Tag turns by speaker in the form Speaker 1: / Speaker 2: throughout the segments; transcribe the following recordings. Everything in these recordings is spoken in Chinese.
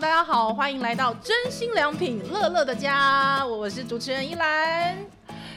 Speaker 1: 大家好，欢迎来到真心良品乐乐的家，我是主持人依兰。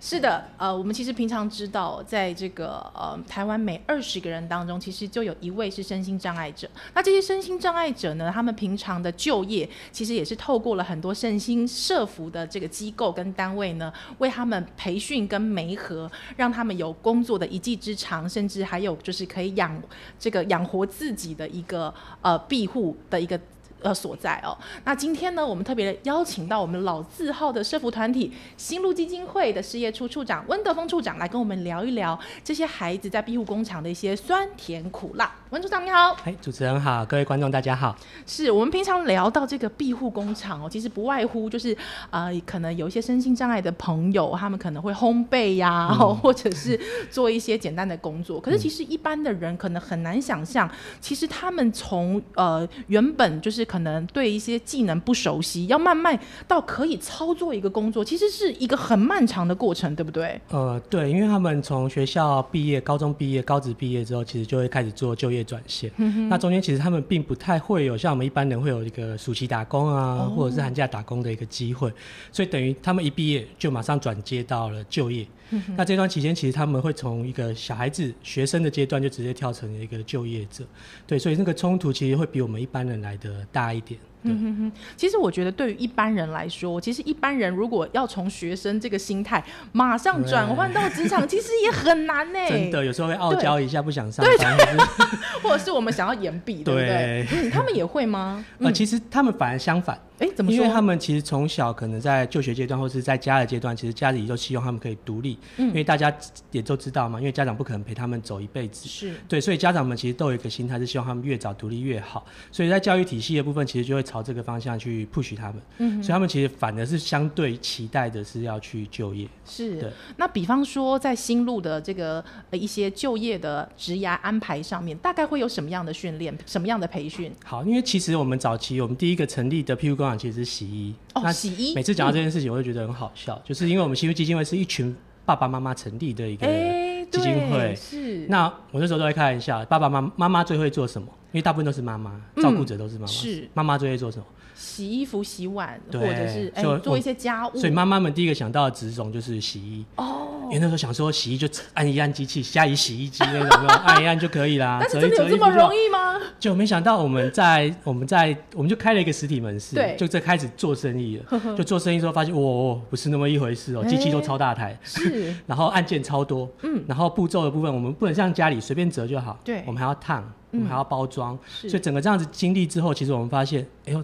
Speaker 1: 是的，呃，我们其实平常知道，在这个呃台湾每二十个人当中，其实就有一位是身心障碍者。那这些身心障碍者呢，他们平常的就业其实也是透过了很多身心社服的这个机构跟单位呢，为他们培训跟媒合，让他们有工作的一技之长，甚至还有就是可以养这个养活自己的一个呃庇护的一个。呃，所在哦。那今天呢，我们特别邀请到我们老字号的社服团体新路基金会的事业处处长温德峰处长来跟我们聊一聊这些孩子在庇护工厂的一些酸甜苦辣。温处长你好，
Speaker 2: 哎，主持人好，各位观众大家好。
Speaker 1: 是我们平常聊到这个庇护工厂哦，其实不外乎就是呃，可能有一些身心障碍的朋友，他们可能会烘焙呀、哦 或者是做一些简单的工作。可是其实一般的人可能很难想象，其实他们从呃原本就是可能对一些技能不熟悉，要慢慢到可以操作一个工作，其实是一个很漫长的过程，对不对？
Speaker 2: 呃，对，因为他们从学校毕业、高中毕业、高职毕业之后，其实就会开始做就业转线。
Speaker 1: 嗯
Speaker 2: 那中间其实他们并不太会有像我们一般人会有一个暑期打工啊，
Speaker 1: 哦
Speaker 2: 或者是寒假打工的一个机会，所以等于他们一毕业就马上转接到了就业。
Speaker 1: 嗯
Speaker 2: 那这段期间，其实他们会从一个小孩子、学生的阶段就直接跳成一个就业者，对，所以那个冲突其实会比我们一般人来的大一点。对
Speaker 1: 嗯其实我觉得，对于一般人来说，其实一般人如果要从学生这个心态马上转换到职场，其实也很难呢、
Speaker 2: 真的，有时候会傲娇一下，不想上班，或者是
Speaker 1: 或者是我们想要延毕，对不对？嗯，他们也会吗？
Speaker 2: 呃，其实他们反而相反，
Speaker 1: 哎，嗯怎么
Speaker 2: 因
Speaker 1: 说
Speaker 2: 为？他们其实从小可能在就学阶段，或是在家的阶段，其实家里都希望他们可以独立，
Speaker 1: 嗯
Speaker 2: 因为大家也都知道嘛，因为家长不可能陪他们走一辈子，
Speaker 1: 是
Speaker 2: 对，所以家长们其实都有一个心态，是希望他们越早独立越好。所以在教育体系的部分，其实就会朝这个方向去 push 他们，
Speaker 1: 嗯
Speaker 2: 所以他们其实反而是相对期待的是要去就业。
Speaker 1: 是
Speaker 2: 对。
Speaker 1: 那比方说，在新路的这个呃一些就业的职涯安排上面，大概会有什么样的训练，什么样的培训？
Speaker 2: 好，因为其实我们早期我们第一个成立的庇护工厂其实是洗衣，
Speaker 1: 哦，
Speaker 2: 那
Speaker 1: 洗衣
Speaker 2: 每次讲到这件事情，我会觉得很好笑，就是因为我们新育基金会是一群爸爸妈妈成立的一个
Speaker 1: 哎，
Speaker 2: 基金
Speaker 1: 对，
Speaker 2: 会。
Speaker 1: 是
Speaker 2: 那我那时候都会开玩笑，爸爸妈妈妈妈最会做什么？因为大部分都是妈妈，照顾者都是妈妈、
Speaker 1: 嗯是
Speaker 2: 妈妈最会做什么？
Speaker 1: 洗衣服、洗碗，或
Speaker 2: 对
Speaker 1: 者是哎
Speaker 2: 所以我
Speaker 1: 做一些家务。
Speaker 2: 所以妈妈们第一个想到的职种就是洗衣。哦，因为那时候想说洗衣就按一按机器，下一洗衣机那种，有 没有按一按就可以啦。
Speaker 1: 但是
Speaker 2: 折
Speaker 1: 真
Speaker 2: 一
Speaker 1: 的有这
Speaker 2: 折衣服
Speaker 1: 么
Speaker 2: 就好
Speaker 1: 容易吗？
Speaker 2: 就没想到我们在我们在我们就开了一个实体门市
Speaker 1: 对，
Speaker 2: 就这开始做生意了。就做生意之后发现，哦哦，不是那么一回事哦，
Speaker 1: 哎
Speaker 2: 机器都超大台，
Speaker 1: 是，
Speaker 2: 然后按键超多，嗯，然后步骤的部分我们不能像家里随便折就好，
Speaker 1: 对嗯
Speaker 2: 我们还要烫，我们还要包装，
Speaker 1: 是
Speaker 2: 所以整个这样子经历之后，其实我们发现，哎呦。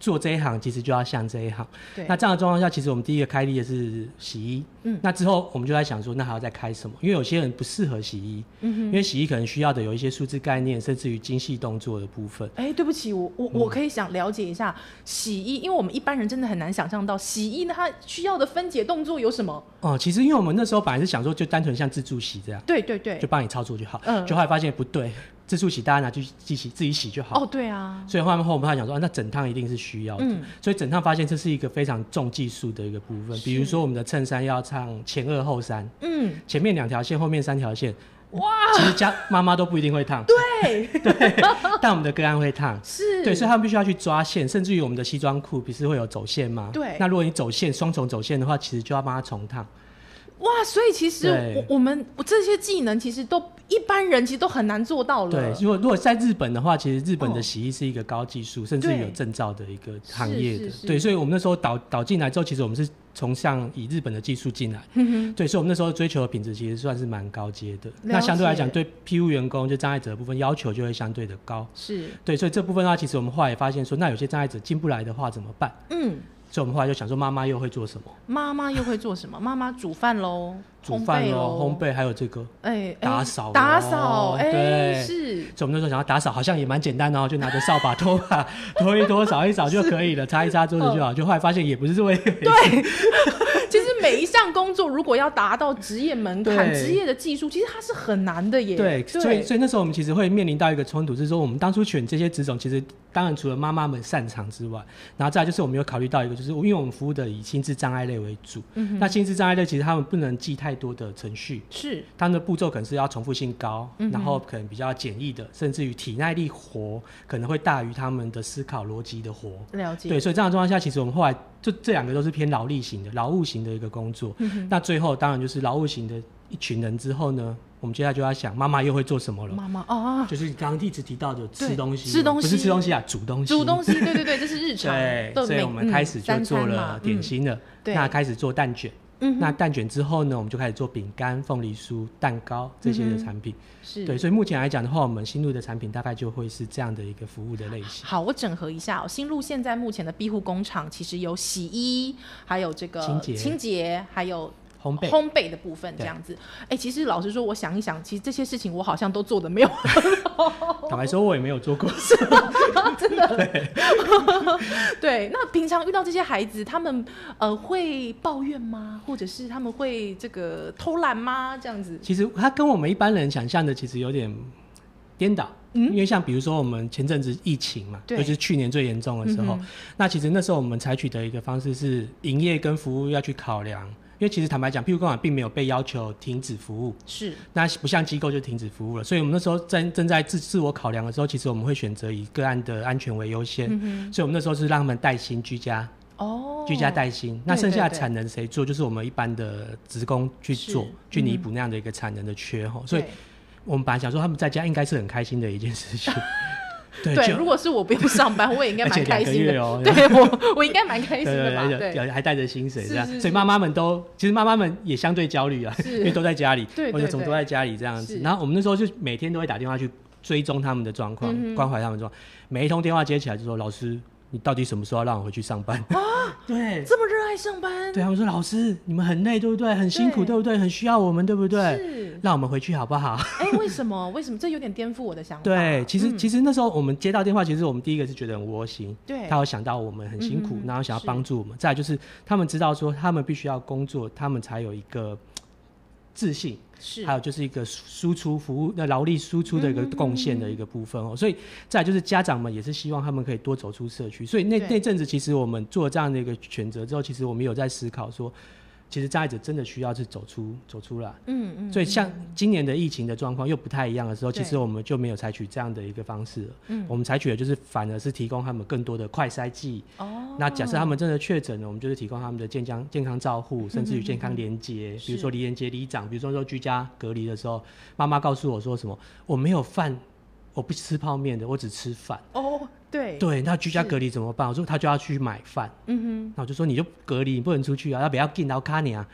Speaker 2: 做这一行其实就要像这一行，
Speaker 1: 对，
Speaker 2: 那这样的状况下，其实我们第一个开立的是洗衣，
Speaker 1: 嗯
Speaker 2: 那之后我们就在想说，那还要再开什么？因为有些人不适合洗衣，嗯因为洗衣可能需要的有一些数字概念，甚至于精细动作的部分。
Speaker 1: 哎、对不起，我我
Speaker 2: 嗯
Speaker 1: 我可以想了解一下洗衣，因为我们一般人真的很难想象到洗衣呢，它需要的分解动作有什么？
Speaker 2: 哦、其实因为我们那时候本来是想说，就单纯像自助洗这样，
Speaker 1: 对对对
Speaker 2: 就，帮你操作就好，
Speaker 1: 嗯
Speaker 2: 就后来发现不对，自助洗大家拿去自己洗自己洗就好，
Speaker 1: 哦，对啊，
Speaker 2: 所以后面后我们还想说、啊，那整趟一定是需要的。
Speaker 1: 嗯
Speaker 2: 所以整趟发现这是一个非常重技术的一个部分，比如说我们的衬衫要唱前二后三，
Speaker 1: 嗯，
Speaker 2: 前面两条线，后面三条线。哇！其实家妈妈都不一定会烫，
Speaker 1: 对，
Speaker 2: 但我们的个案会烫。
Speaker 1: 是，
Speaker 2: 对，所以他们必须要去抓线，甚至于我们的西装裤不是会有走线吗？
Speaker 1: 对
Speaker 2: 那如果你走线双重走线的话，其实就要帮他重烫。
Speaker 1: 哇，所以其实
Speaker 2: 对
Speaker 1: 我我们我这些技能其实都一般人其实都很难做到了。
Speaker 2: 对，如果如果在日本的话，其实日本
Speaker 1: 嗯哦
Speaker 2: 的洗衣是一个高技术，甚至
Speaker 1: 对
Speaker 2: 有证照的一个行业的。
Speaker 1: 是是是
Speaker 2: 对，所以我们那时候导导进来之后，其实我们是崇尚以日本的技术进来。
Speaker 1: 嗯
Speaker 2: 对，所以我们那时候追求的品质其实算是蛮高阶的。那相对来讲，对 P U 员工就障碍者的部分要求就会相对的高。
Speaker 1: 是，
Speaker 2: 对，所以这部分的话，其实我们后来也发现说，那有些障碍者进不来的话怎么办？
Speaker 1: 嗯，
Speaker 2: 所以我们后来就想说，妈妈又会做什么？
Speaker 1: 妈妈又会做什么？妈妈煮饭喽，
Speaker 2: 煮饭
Speaker 1: 喽，
Speaker 2: 哦，烘，焙，还有这个。
Speaker 1: 哎、哎
Speaker 2: 打扫
Speaker 1: 打
Speaker 2: 咯
Speaker 1: 扫，哎、
Speaker 2: 对
Speaker 1: 是。
Speaker 2: 所以我们那时候想要打扫，好像也蛮简单的哦，就拿着扫把、拖把拖一拖、扫一扫就可以了，擦一擦桌子就好。就后来发现也不是这么一回事。
Speaker 1: 其实每一项工作如果要达到职业门槛、
Speaker 2: 对
Speaker 1: 职业的技术，其实它是很难的耶。
Speaker 2: 对，所以所以那时候我们其实会面临到一个冲突，是说我们当初选这些职种，其实当然除了妈妈们擅长之外，然后再来就是我们有考虑到一个，就是因为我们服务的以心智障碍类为主，那心智障碍类其实他们不能记太多的程序，
Speaker 1: 是
Speaker 2: 他们的步骤可能是要重复性高，然后可能比较简易的，甚至于体耐力活可能会大于他们的思考逻辑的活。
Speaker 1: 了解。
Speaker 2: 对，所以这样的状况下，其实我们后来就这两个都是偏劳力型的、劳务型的一个工作。
Speaker 1: 嗯
Speaker 2: 那最后当然就是劳务型的一群人之后呢，我们接下来就要想妈妈又会做什么了，
Speaker 1: 妈妈 啊，
Speaker 2: 就是刚刚一直提到的吃
Speaker 1: 对
Speaker 2: 东西，
Speaker 1: 吃东
Speaker 2: 不是
Speaker 1: 西
Speaker 2: 吃东西啊，煮东西，
Speaker 1: 煮东西，对对对，这是日常。
Speaker 2: 对，
Speaker 1: 都
Speaker 2: 所以
Speaker 1: 每
Speaker 2: 我们开始
Speaker 1: 嗯
Speaker 2: 就
Speaker 1: 三
Speaker 2: 做
Speaker 1: 餐
Speaker 2: 了
Speaker 1: 嘛
Speaker 2: 点
Speaker 1: 嗯
Speaker 2: 心了，
Speaker 1: 对
Speaker 2: 那开始做蛋卷。
Speaker 1: 嗯
Speaker 2: 那蛋卷之后呢，我们就开始做饼干、凤梨酥、蛋糕这些的产品。
Speaker 1: 嗯是
Speaker 2: 对，所以目前来讲的话，我们新入的产品大概就会是这样的一个服务的类型。
Speaker 1: 好，我整合一下、哦，新路现在目前的庇护工厂其实有洗衣，还有这个
Speaker 2: 清洁
Speaker 1: 洁还有
Speaker 2: 烘焙
Speaker 1: 烘焙的部分这
Speaker 2: 对
Speaker 1: 样子。哎、其实老实说，我想一想，其实这些事情我好像都做的没有
Speaker 2: 坦白说，我也没有做过。
Speaker 1: 真的。 对，那平常遇到这些孩子，他们呃会抱怨吗？或者是他们会这个偷懒吗？这样子？
Speaker 2: 其实它跟我们一般人想象的其实有点颠倒。因为像比如说我们前阵子疫情嘛，
Speaker 1: 对
Speaker 2: 尤其是去年最严重的时候，那其实那时候我们采取的一个方式是营业跟服务要去考量，因为其实坦白讲，庇护工厂并没有被要求停止服务，
Speaker 1: 是
Speaker 2: 那不像机构就停止服务了，所以我们那时候正正在自自我考量的时候，其实我们会选择以个案的安全为优先，所以我们那时候是让他们带薪居家，
Speaker 1: 嗯哦，
Speaker 2: 居家带薪，那
Speaker 1: 对
Speaker 2: 剩下的
Speaker 1: 对对
Speaker 2: 产能谁做？就是我们一般的职工去
Speaker 1: 是嗯
Speaker 2: 做，去弥补那样的一个产能的缺哈。所以
Speaker 1: 对
Speaker 2: 我们本来想说他们在家应该是很开心的一件 事情，对，
Speaker 1: 对，
Speaker 2: 呃就
Speaker 1: 如果是我不用上班，我也应该
Speaker 2: 而且
Speaker 1: 蛮开
Speaker 2: 两个
Speaker 1: 心
Speaker 2: 月
Speaker 1: 的。
Speaker 2: 哦
Speaker 1: 对我，我应该蛮开
Speaker 2: 对
Speaker 1: 心的吧？
Speaker 2: 对
Speaker 1: 对，
Speaker 2: 对，还带着薪水
Speaker 1: 是
Speaker 2: 这样，
Speaker 1: 是是
Speaker 2: 所以妈妈们都其实妈妈们也相对焦虑啊，
Speaker 1: 是
Speaker 2: 因为都在家里，
Speaker 1: 对对
Speaker 2: 或者什么都
Speaker 1: 对
Speaker 2: 在家里这样子
Speaker 1: 是。
Speaker 2: 然后我们那时候就每天都会打电话去追踪他们的状
Speaker 1: 嗯
Speaker 2: 况，关怀他们的状况。每一通电话接起来就说：“老师，你到底什么时候要让我回去上班？”
Speaker 1: 啊
Speaker 2: 对。
Speaker 1: 这么热爱上班，
Speaker 2: 对，他们说老师，你们很累，对不对？很辛苦，
Speaker 1: 对
Speaker 2: 对不对？很需要我们，对不对？
Speaker 1: 是。
Speaker 2: 让我们回去好不好？
Speaker 1: 哎、为什么？为什么？这有点颠覆我的想法。
Speaker 2: 对，其
Speaker 1: 嗯
Speaker 2: 实、其实那时候我们接到电话，其实我们第一个是觉得很窝心，
Speaker 1: 对
Speaker 2: 他有想到我们很辛苦，
Speaker 1: 嗯哼
Speaker 2: 然后想要
Speaker 1: 是
Speaker 2: 帮助我们。再来就是他们知道说他们必须要工作，他们才有一个嘖自信，
Speaker 1: 是
Speaker 2: 还有就是一个输出服务、那劳力输出的一个贡献的一个部分哦。所以再来就是家长们也是希望他们可以多走出社区。所以那
Speaker 1: 对
Speaker 2: 那阵子其实我们做这样的一个选择之后，其实我们有在思考说，其实障碍者真的需要是走出走出来。
Speaker 1: 嗯嗯，
Speaker 2: 所以像今年的疫情的状况又不太一样的时候，
Speaker 1: 对嗯
Speaker 2: 其实我们就没有采取这样的一个方式了。我们采取的就是反而是提供他们更多的快筛剂。
Speaker 1: 哦，
Speaker 2: 那假设他们真的确诊了，我们就是提供他们的健康健康照护，甚至于健康连
Speaker 1: 嗯
Speaker 2: 接，比如说离连接离长，比如说说居家隔离的时候，妈妈告诉我说什么，我没有饭，我不吃泡面的，我只吃饭。
Speaker 1: 哦，对，
Speaker 2: 对，那居家
Speaker 1: 是
Speaker 2: 隔离怎么办？我说他就要去买饭。
Speaker 1: 嗯
Speaker 2: 然后我就说你就隔离，你不能出去啊，要不要进到卡尼啊？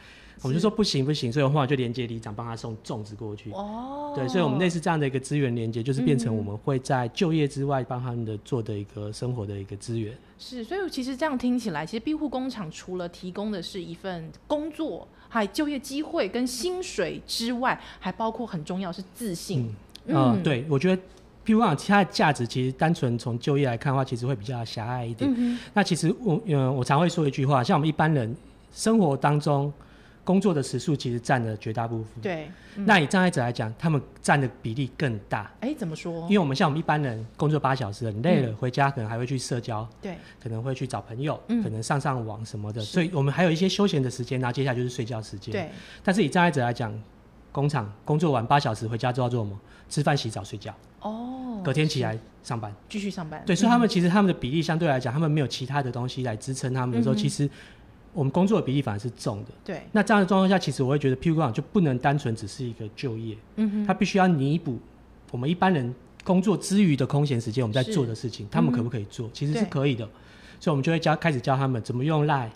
Speaker 2: 我们就说不行不行，所以我后来就连接里长帮他送粽子过去。
Speaker 1: 哼，哦，嗯
Speaker 2: 对，所以我们类似这样的一个资源连接，就是变成我们会在就业之外帮他们的做的一个生活的一个资源。
Speaker 1: 是，所以其实这样听起来，其实庇护工厂除了提供的是一份工作，还就业机会跟薪水之外，还包括很重要是自信。
Speaker 2: 嗯，对，我觉得。譬如讲，它的价值其实单纯从就业来看的话，其实会比较狭隘一点。
Speaker 1: 嗯
Speaker 2: 那其实我，嗯、我常会说一句话，像我们一般人生活当中，工作的时数其实占了绝大部分。
Speaker 1: 对，
Speaker 2: 那以障碍者来讲，他们占的比例更大。
Speaker 1: 哎，怎么说
Speaker 2: 因？为我们像我们一般人工作八小时，很累了，
Speaker 1: 嗯
Speaker 2: 回家可能还会去社交，
Speaker 1: 对，
Speaker 2: 可能会去找朋友，
Speaker 1: 嗯
Speaker 2: 可能上上网什么的，
Speaker 1: 是
Speaker 2: 所以我们还有一些休闲的时间，然后接下来就是睡觉时间。，
Speaker 1: 对，
Speaker 2: 但是以障碍者来讲，工厂工作完八小时回家之后做什么？吃饭、洗澡、睡觉，
Speaker 1: 哦，嗯
Speaker 2: 隔天起来上班。
Speaker 1: 继续上班。
Speaker 2: 对，所以他们其实他们的比例相对来啊讲，他们没有其他的东西来支撑他们的
Speaker 1: 嗯
Speaker 2: 时候，其实我们工作的比例反而是重的。
Speaker 1: 对，
Speaker 2: 那这样的状况下，其实我会觉得，譬如讲就不能单纯只是一个就业，
Speaker 1: 嗯
Speaker 2: 他必须要弥补我们一般人工作之余的空闲时间我们在
Speaker 1: 是嗯
Speaker 2: 做的事情，他们可不可以做？其实是
Speaker 1: 对
Speaker 2: 可以的，所以我们就会教开始教他们怎么用 Line，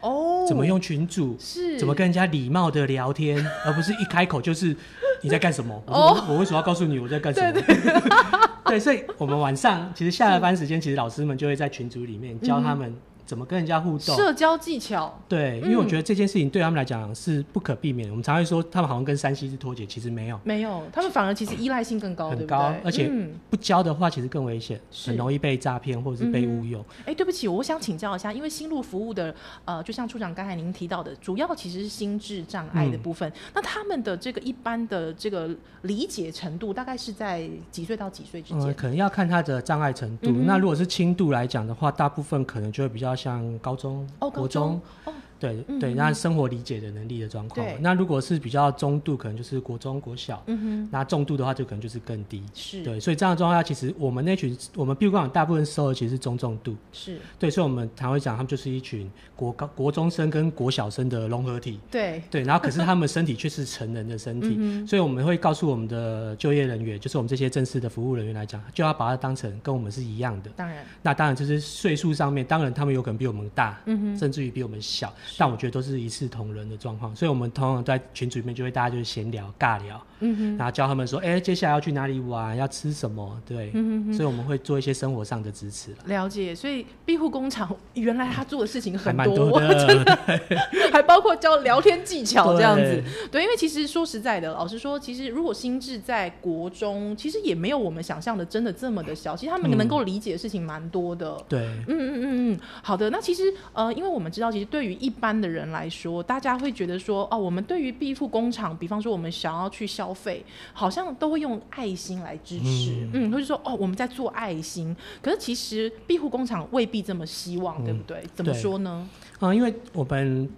Speaker 1: 哦，
Speaker 2: 怎么用群组。
Speaker 1: 是
Speaker 2: 怎么跟人家礼貌的聊天，而不是一开口就是你在干什么？我
Speaker 1: 哦
Speaker 2: 我为什么要告诉你我在干什么？
Speaker 1: 嗯
Speaker 2: 对，所以我们晚上其实下了班时间，其实老师们就会在群组里面教他们怎么跟人家互动。
Speaker 1: 社交技巧，
Speaker 2: 对，因为我
Speaker 1: 嗯
Speaker 2: 觉得这件事情对他们来讲是不可避免的。我们常会说他们好像跟山西是脱节，其实没有，
Speaker 1: 没有，他们反而其实依赖性更高，对
Speaker 2: 很
Speaker 1: 不
Speaker 2: 高
Speaker 1: 对，
Speaker 2: 而且
Speaker 1: 嗯
Speaker 2: 不教的话其实更危险，
Speaker 1: 是
Speaker 2: 很容易被诈骗或者是被误用。
Speaker 1: 哎、对不起，我想请教一下，因为心路服务的，呃，就像处长刚才您提到的，主要其实是心智障碍
Speaker 2: 嗯
Speaker 1: 的部分。那他们的这个一般的这个理解程度，大概是在几岁到几岁之
Speaker 2: 嗯，
Speaker 1: 间？
Speaker 2: 可能要看他的障碍程度。
Speaker 1: 嗯哼
Speaker 2: 那如果是轻度来讲的话，大部分可能就会比较像高中、
Speaker 1: 哦高
Speaker 2: 国中，
Speaker 1: 哦
Speaker 2: 对
Speaker 1: 嗯
Speaker 2: 对，
Speaker 1: 嗯
Speaker 2: 那生活理解的能力的状况
Speaker 1: 对。
Speaker 2: 那如果是比较中度，可能就是国中、国小；
Speaker 1: 嗯哼，
Speaker 2: 那重度的话，就可能就是更低。
Speaker 1: 是
Speaker 2: 对，所以这样的状况下，其实我们那群我们庇护工厂大部分收的其实是中重度，
Speaker 1: 是，
Speaker 2: 对，所以我们常会讲他们就是一群国高国中生跟国小生的融合体，
Speaker 1: 对，
Speaker 2: 对，然后可是他们身体却是成人的身体，
Speaker 1: 嗯
Speaker 2: 所以我们会告诉我们的就业人员，就是我们这些正式的服务人员来讲，就要把它当成跟我们是一样的。
Speaker 1: 当然，
Speaker 2: 那当然就是岁数上面，当然他们有可能比我们大，
Speaker 1: 嗯哼，
Speaker 2: 甚至于比我们小，但我觉得都是一视同仁的状况。所以我们通常在群组里面就会大家就是闲聊、尬聊，
Speaker 1: 嗯哼，
Speaker 2: 然后教他们说，哎、接下来要去哪里玩，要吃什么，对，
Speaker 1: 嗯
Speaker 2: 所以我们会做一些生活上的支持啦，
Speaker 1: 了解。所以庇护工厂原来他做的事情
Speaker 2: 还
Speaker 1: 很
Speaker 2: 蛮多的，
Speaker 1: 还包括教聊天技巧这样子
Speaker 2: 对。
Speaker 1: 对，因为其实说实在的，老实说，其实如果心智在国中，其实也没有我们想象的真的这么的小。其实他们
Speaker 2: 嗯
Speaker 1: 能够理解的事情蛮多的。
Speaker 2: 对，
Speaker 1: 嗯嗯嗯嗯，好的。那其实呃，因为我们知道，其实对于一般的人来说，大家会觉得说，哦，我们对于庇护工厂，比方说我们想要去消费，好像都会用爱心来支持，嗯，或者说哦，我们在做爱心。可是其实庇护工厂未必这么希望，对不对？怎么
Speaker 2: 对
Speaker 1: 说呢？
Speaker 2: 嗯，因为我们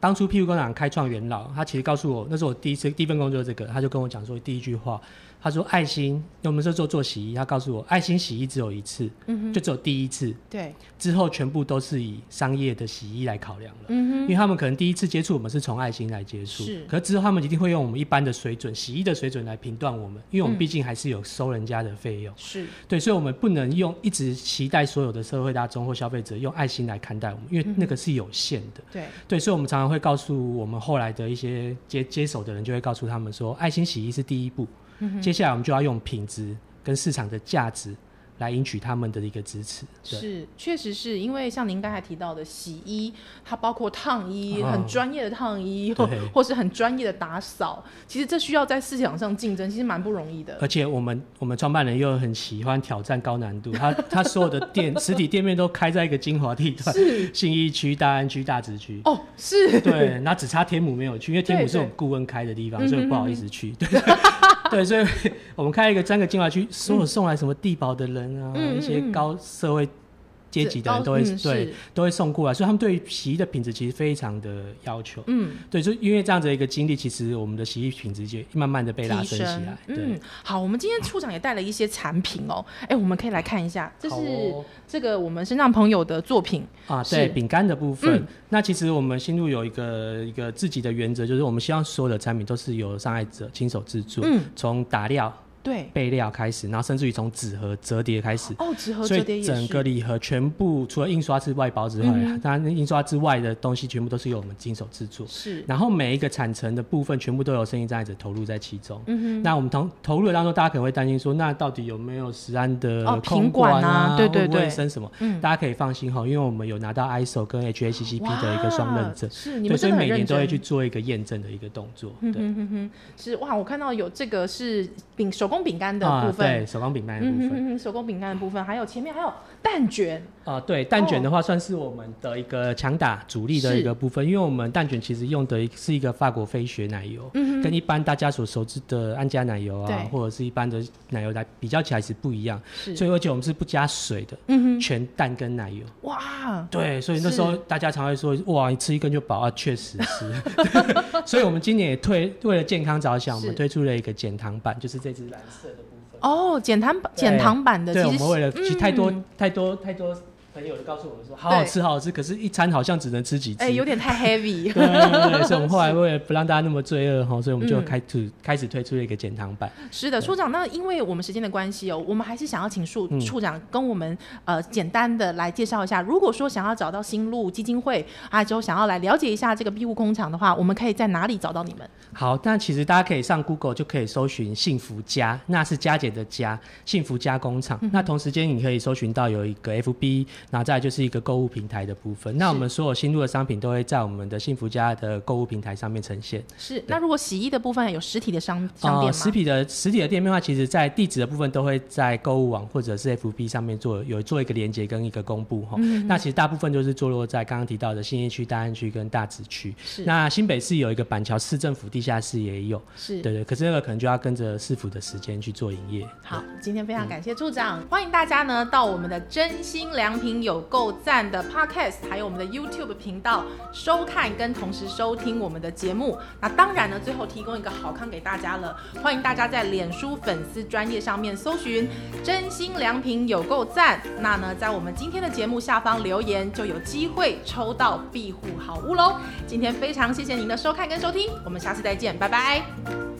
Speaker 2: 当初屁股工厂开创元老，他其实告诉我，那是我第一次第一份工作，这个他就跟我讲说第一句话，他说爱心，那我们是做做洗衣，他告诉我爱心洗衣只有一次，
Speaker 1: 嗯
Speaker 2: 就只有第一次，
Speaker 1: 对，
Speaker 2: 之后全部都是以商业的洗衣来考量了。
Speaker 1: 嗯哼。
Speaker 2: 因为他们可能第一次接触我们是从爱心来接触
Speaker 1: 是，
Speaker 2: 可是之后他们一定会用我们一般的水准、洗衣的水准来评断我们，因为我们
Speaker 1: 嗯
Speaker 2: 毕竟还是有收人家的费用。
Speaker 1: 是
Speaker 2: 对，所以我们不能用一直期待所有的社会大众或消费者用爱心来看待我们，因
Speaker 1: 嗯
Speaker 2: 为那个是有限的。
Speaker 1: 对，
Speaker 2: 对，所以我们常常会告诉我们后来的一些接接手的人，就会告诉他们说，爱心洗衣是第一步，接下来我们就要用品质跟市场的价值来赢取他们的一个支持。对，
Speaker 1: 是，确实是因为像您刚才提到的洗衣，它包括烫衣，
Speaker 2: 啊
Speaker 1: 很专业的烫衣，或
Speaker 2: 对
Speaker 1: 或是很专业的打扫，其实这需要在市场上竞争，其实蛮不容易的。
Speaker 2: 而且我们我们创办人又很喜欢挑战高难度，他他所有的店实体店面都开在一个精华地段，信义区、大安区、大直区。
Speaker 1: 哦，是，
Speaker 2: 对，那只差天母没有去，因为天母
Speaker 1: 对嗯
Speaker 2: 是我们顾问开的地方，所以我不好意思去。 对对，所以我们开了一个三个精华区，所有送来什么地保的人啊，
Speaker 1: 嗯嗯嗯
Speaker 2: 一些
Speaker 1: 嗯
Speaker 2: 高社会阶级的人
Speaker 1: 高
Speaker 2: 都会、
Speaker 1: 嗯
Speaker 2: 对
Speaker 1: 是
Speaker 2: 都会送过来，所以他们对于洗衣的品质其实非常的要求。
Speaker 1: 嗯，
Speaker 2: 对，就因为这样子的一个经历，其实我们的洗衣品质就慢慢的被拉
Speaker 1: 提
Speaker 2: 升起来。对
Speaker 1: 嗯，，好，我们今天处长也带了一些产品哦，哎、我们可以来看一下，这是、
Speaker 2: 好哦
Speaker 1: 这个我们身上朋友的作品，
Speaker 2: 啊，
Speaker 1: 是
Speaker 2: 对饼干的部分，
Speaker 1: 嗯
Speaker 2: 那其实我们新路有一个一个自己的原则，就是我们希望所有的产品都是由障碍者亲手制作，
Speaker 1: 嗯
Speaker 2: 从打料、
Speaker 1: 对，
Speaker 2: 备料开始，然后甚至于从纸盒折叠开始。
Speaker 1: 哦，纸盒
Speaker 2: 所
Speaker 1: 折叠
Speaker 2: 以
Speaker 1: 也
Speaker 2: 整个
Speaker 1: 是，嗯
Speaker 2: 礼盒全部除了印刷之外包之外，当然印刷之外的东西全部都是由我们亲手制作。
Speaker 1: 是，
Speaker 2: 然后每一个产成的部分，全部都有声音障碍者投入在其中。
Speaker 1: 嗯
Speaker 2: 那我们投投入的当中，大家可能会担心说，那到底有没有食安的
Speaker 1: 哦
Speaker 2: 空
Speaker 1: 品管啊
Speaker 2: 啊，
Speaker 1: 对对
Speaker 2: 会不会
Speaker 1: 对嗯
Speaker 2: 卫生什么？大家可以放心哈，因为我们有拿到 ISO 跟 HACCP 的一个双认证
Speaker 1: 哇，是你
Speaker 2: 对，
Speaker 1: 们真
Speaker 2: 所
Speaker 1: 的
Speaker 2: 以
Speaker 1: 很
Speaker 2: 每
Speaker 1: 认
Speaker 2: 年
Speaker 1: 真，嗯
Speaker 2: 都会去做一个验证的一个动作。对
Speaker 1: 是哇，我看到有这个是饼手工饼干的
Speaker 2: 啊，
Speaker 1: 部分，
Speaker 2: 对手工饼干的
Speaker 1: 嗯
Speaker 2: 部
Speaker 1: 哼
Speaker 2: 分
Speaker 1: 哼哼，手工饼干的部分，还有前面还有蛋卷，
Speaker 2: 啊，对蛋卷的
Speaker 1: 哦
Speaker 2: 话，算是我们的一个强打主力的一个部分，因为我们蛋卷其实用的是一个法国飞雪奶油，跟一般大家所熟知的安佳奶油
Speaker 1: 嗯对
Speaker 2: 啊，或者是一般的奶油来比较起来是不一样，
Speaker 1: 是
Speaker 2: 所以而且我们是不加水的，全蛋跟奶油。
Speaker 1: 哇，
Speaker 2: 对，所以那时候
Speaker 1: 是
Speaker 2: 大家常会说，哇，你吃一根就饱啊，确实是。 对所以我们今年也推为了健康着想，我
Speaker 1: 是
Speaker 2: 们推出了一个减糖版，就是这支蓝色的部分。
Speaker 1: 哦，减糖版减糖版的，
Speaker 2: 对，
Speaker 1: 其
Speaker 2: 我
Speaker 1: 实
Speaker 2: 们为了其实
Speaker 1: 嗯
Speaker 2: 太多、太多太多朋友都告诉我们说，好好吃好好吃，可是一餐好像只能吃几只。
Speaker 1: 哎有点太 heavy，
Speaker 2: 对对对， 所以我们后来为了不让大家那么罪恶哈，所以我们就开始、
Speaker 1: 嗯
Speaker 2: 开始推出了一个减糖版。
Speaker 1: 是的，处长，那因为我们时间的关系哦，我们还是想要请处
Speaker 2: 嗯
Speaker 1: 处长跟我们呃简单的来介绍一下，如果说想要找到新路基金会啊，之后想要来了解一下这个庇护工厂的话，我们可以在哪里找到你们？
Speaker 2: 好，但其实大家可以上 Google 就可以搜寻“幸福
Speaker 1: 嗯
Speaker 2: 家”，那是佳姐的家，幸福家工厂。那同时间你可以搜寻到有一个 FB 然后再来就是一个购物平台的部分。那我们所有新入的商品都会在我们的幸福家的购物平台上面呈现。
Speaker 1: 是。那如果洗衣的部分有实体的商商
Speaker 2: 呃，
Speaker 1: 店吗？
Speaker 2: 实体的实体的店面的话，其实在地址的部分都会在购物网或者是 FB 上面做有做一个连接跟一个公布哈。
Speaker 1: 嗯
Speaker 2: 那其实大部分就是坐落在刚刚提到的新义区、大安区跟大直区。
Speaker 1: 是
Speaker 2: 那新北市有一个板桥市政府地下室也有，
Speaker 1: 是
Speaker 2: 对对，可是那个可能就要跟着市府的时间去做营业。
Speaker 1: 好，今天非常感谢处长，欢迎大家呢到我们的真心良品有够赞的 Podcast，还有我们的 YouTube 频道收看跟同时收听我们的节目。那当然呢，最后提供一个好康给大家了，欢迎大家在脸书粉丝专业上面搜寻“真心良品有够赞”，那呢在我们今天的节目下方留言就有机会抽到庇护好物喽。今天非常谢谢您的收看跟收听，我们下次再见，拜拜。